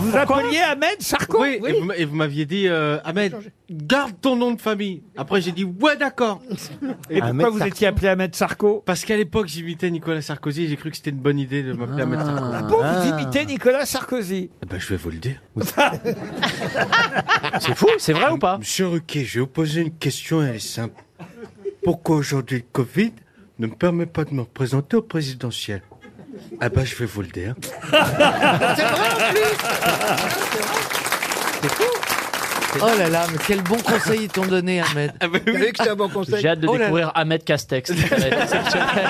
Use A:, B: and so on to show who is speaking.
A: Vous appeliez Ahmed Sarko
B: Oui, et vous m'a- et vous m'aviez dit, euh, Ahmed, garde ton nom de famille. Après, j'ai dit, ouais, d'accord.
A: Et pourquoi vous étiez appelé Ahmed Sarko
B: Parce qu'à l'époque, j'imitais Nicolas Sarkozy et j'ai cru que c'était une bonne idée de m'appeler Ahmed Sarkozy.
A: Ah. Pour vous imiter Nicolas Sarkozy.
B: Eh ben, je vais vous le dire.
C: C'est fou, c'est vrai ou pas
B: Monsieur Ruquier, je vais vous poser une question, elle est simple. Pourquoi aujourd'hui le Covid ne me permet pas de me représenter au présidentiel Ah ben, je vais vous le dire.
D: Oh là là, mais quel bon conseil ils t'ont donné, Ahmed.
E: Excellent conseil.
C: J'ai hâte de
D: Oh là là.
C: découvrir Ahmed Castex. Ça va être exceptionnel.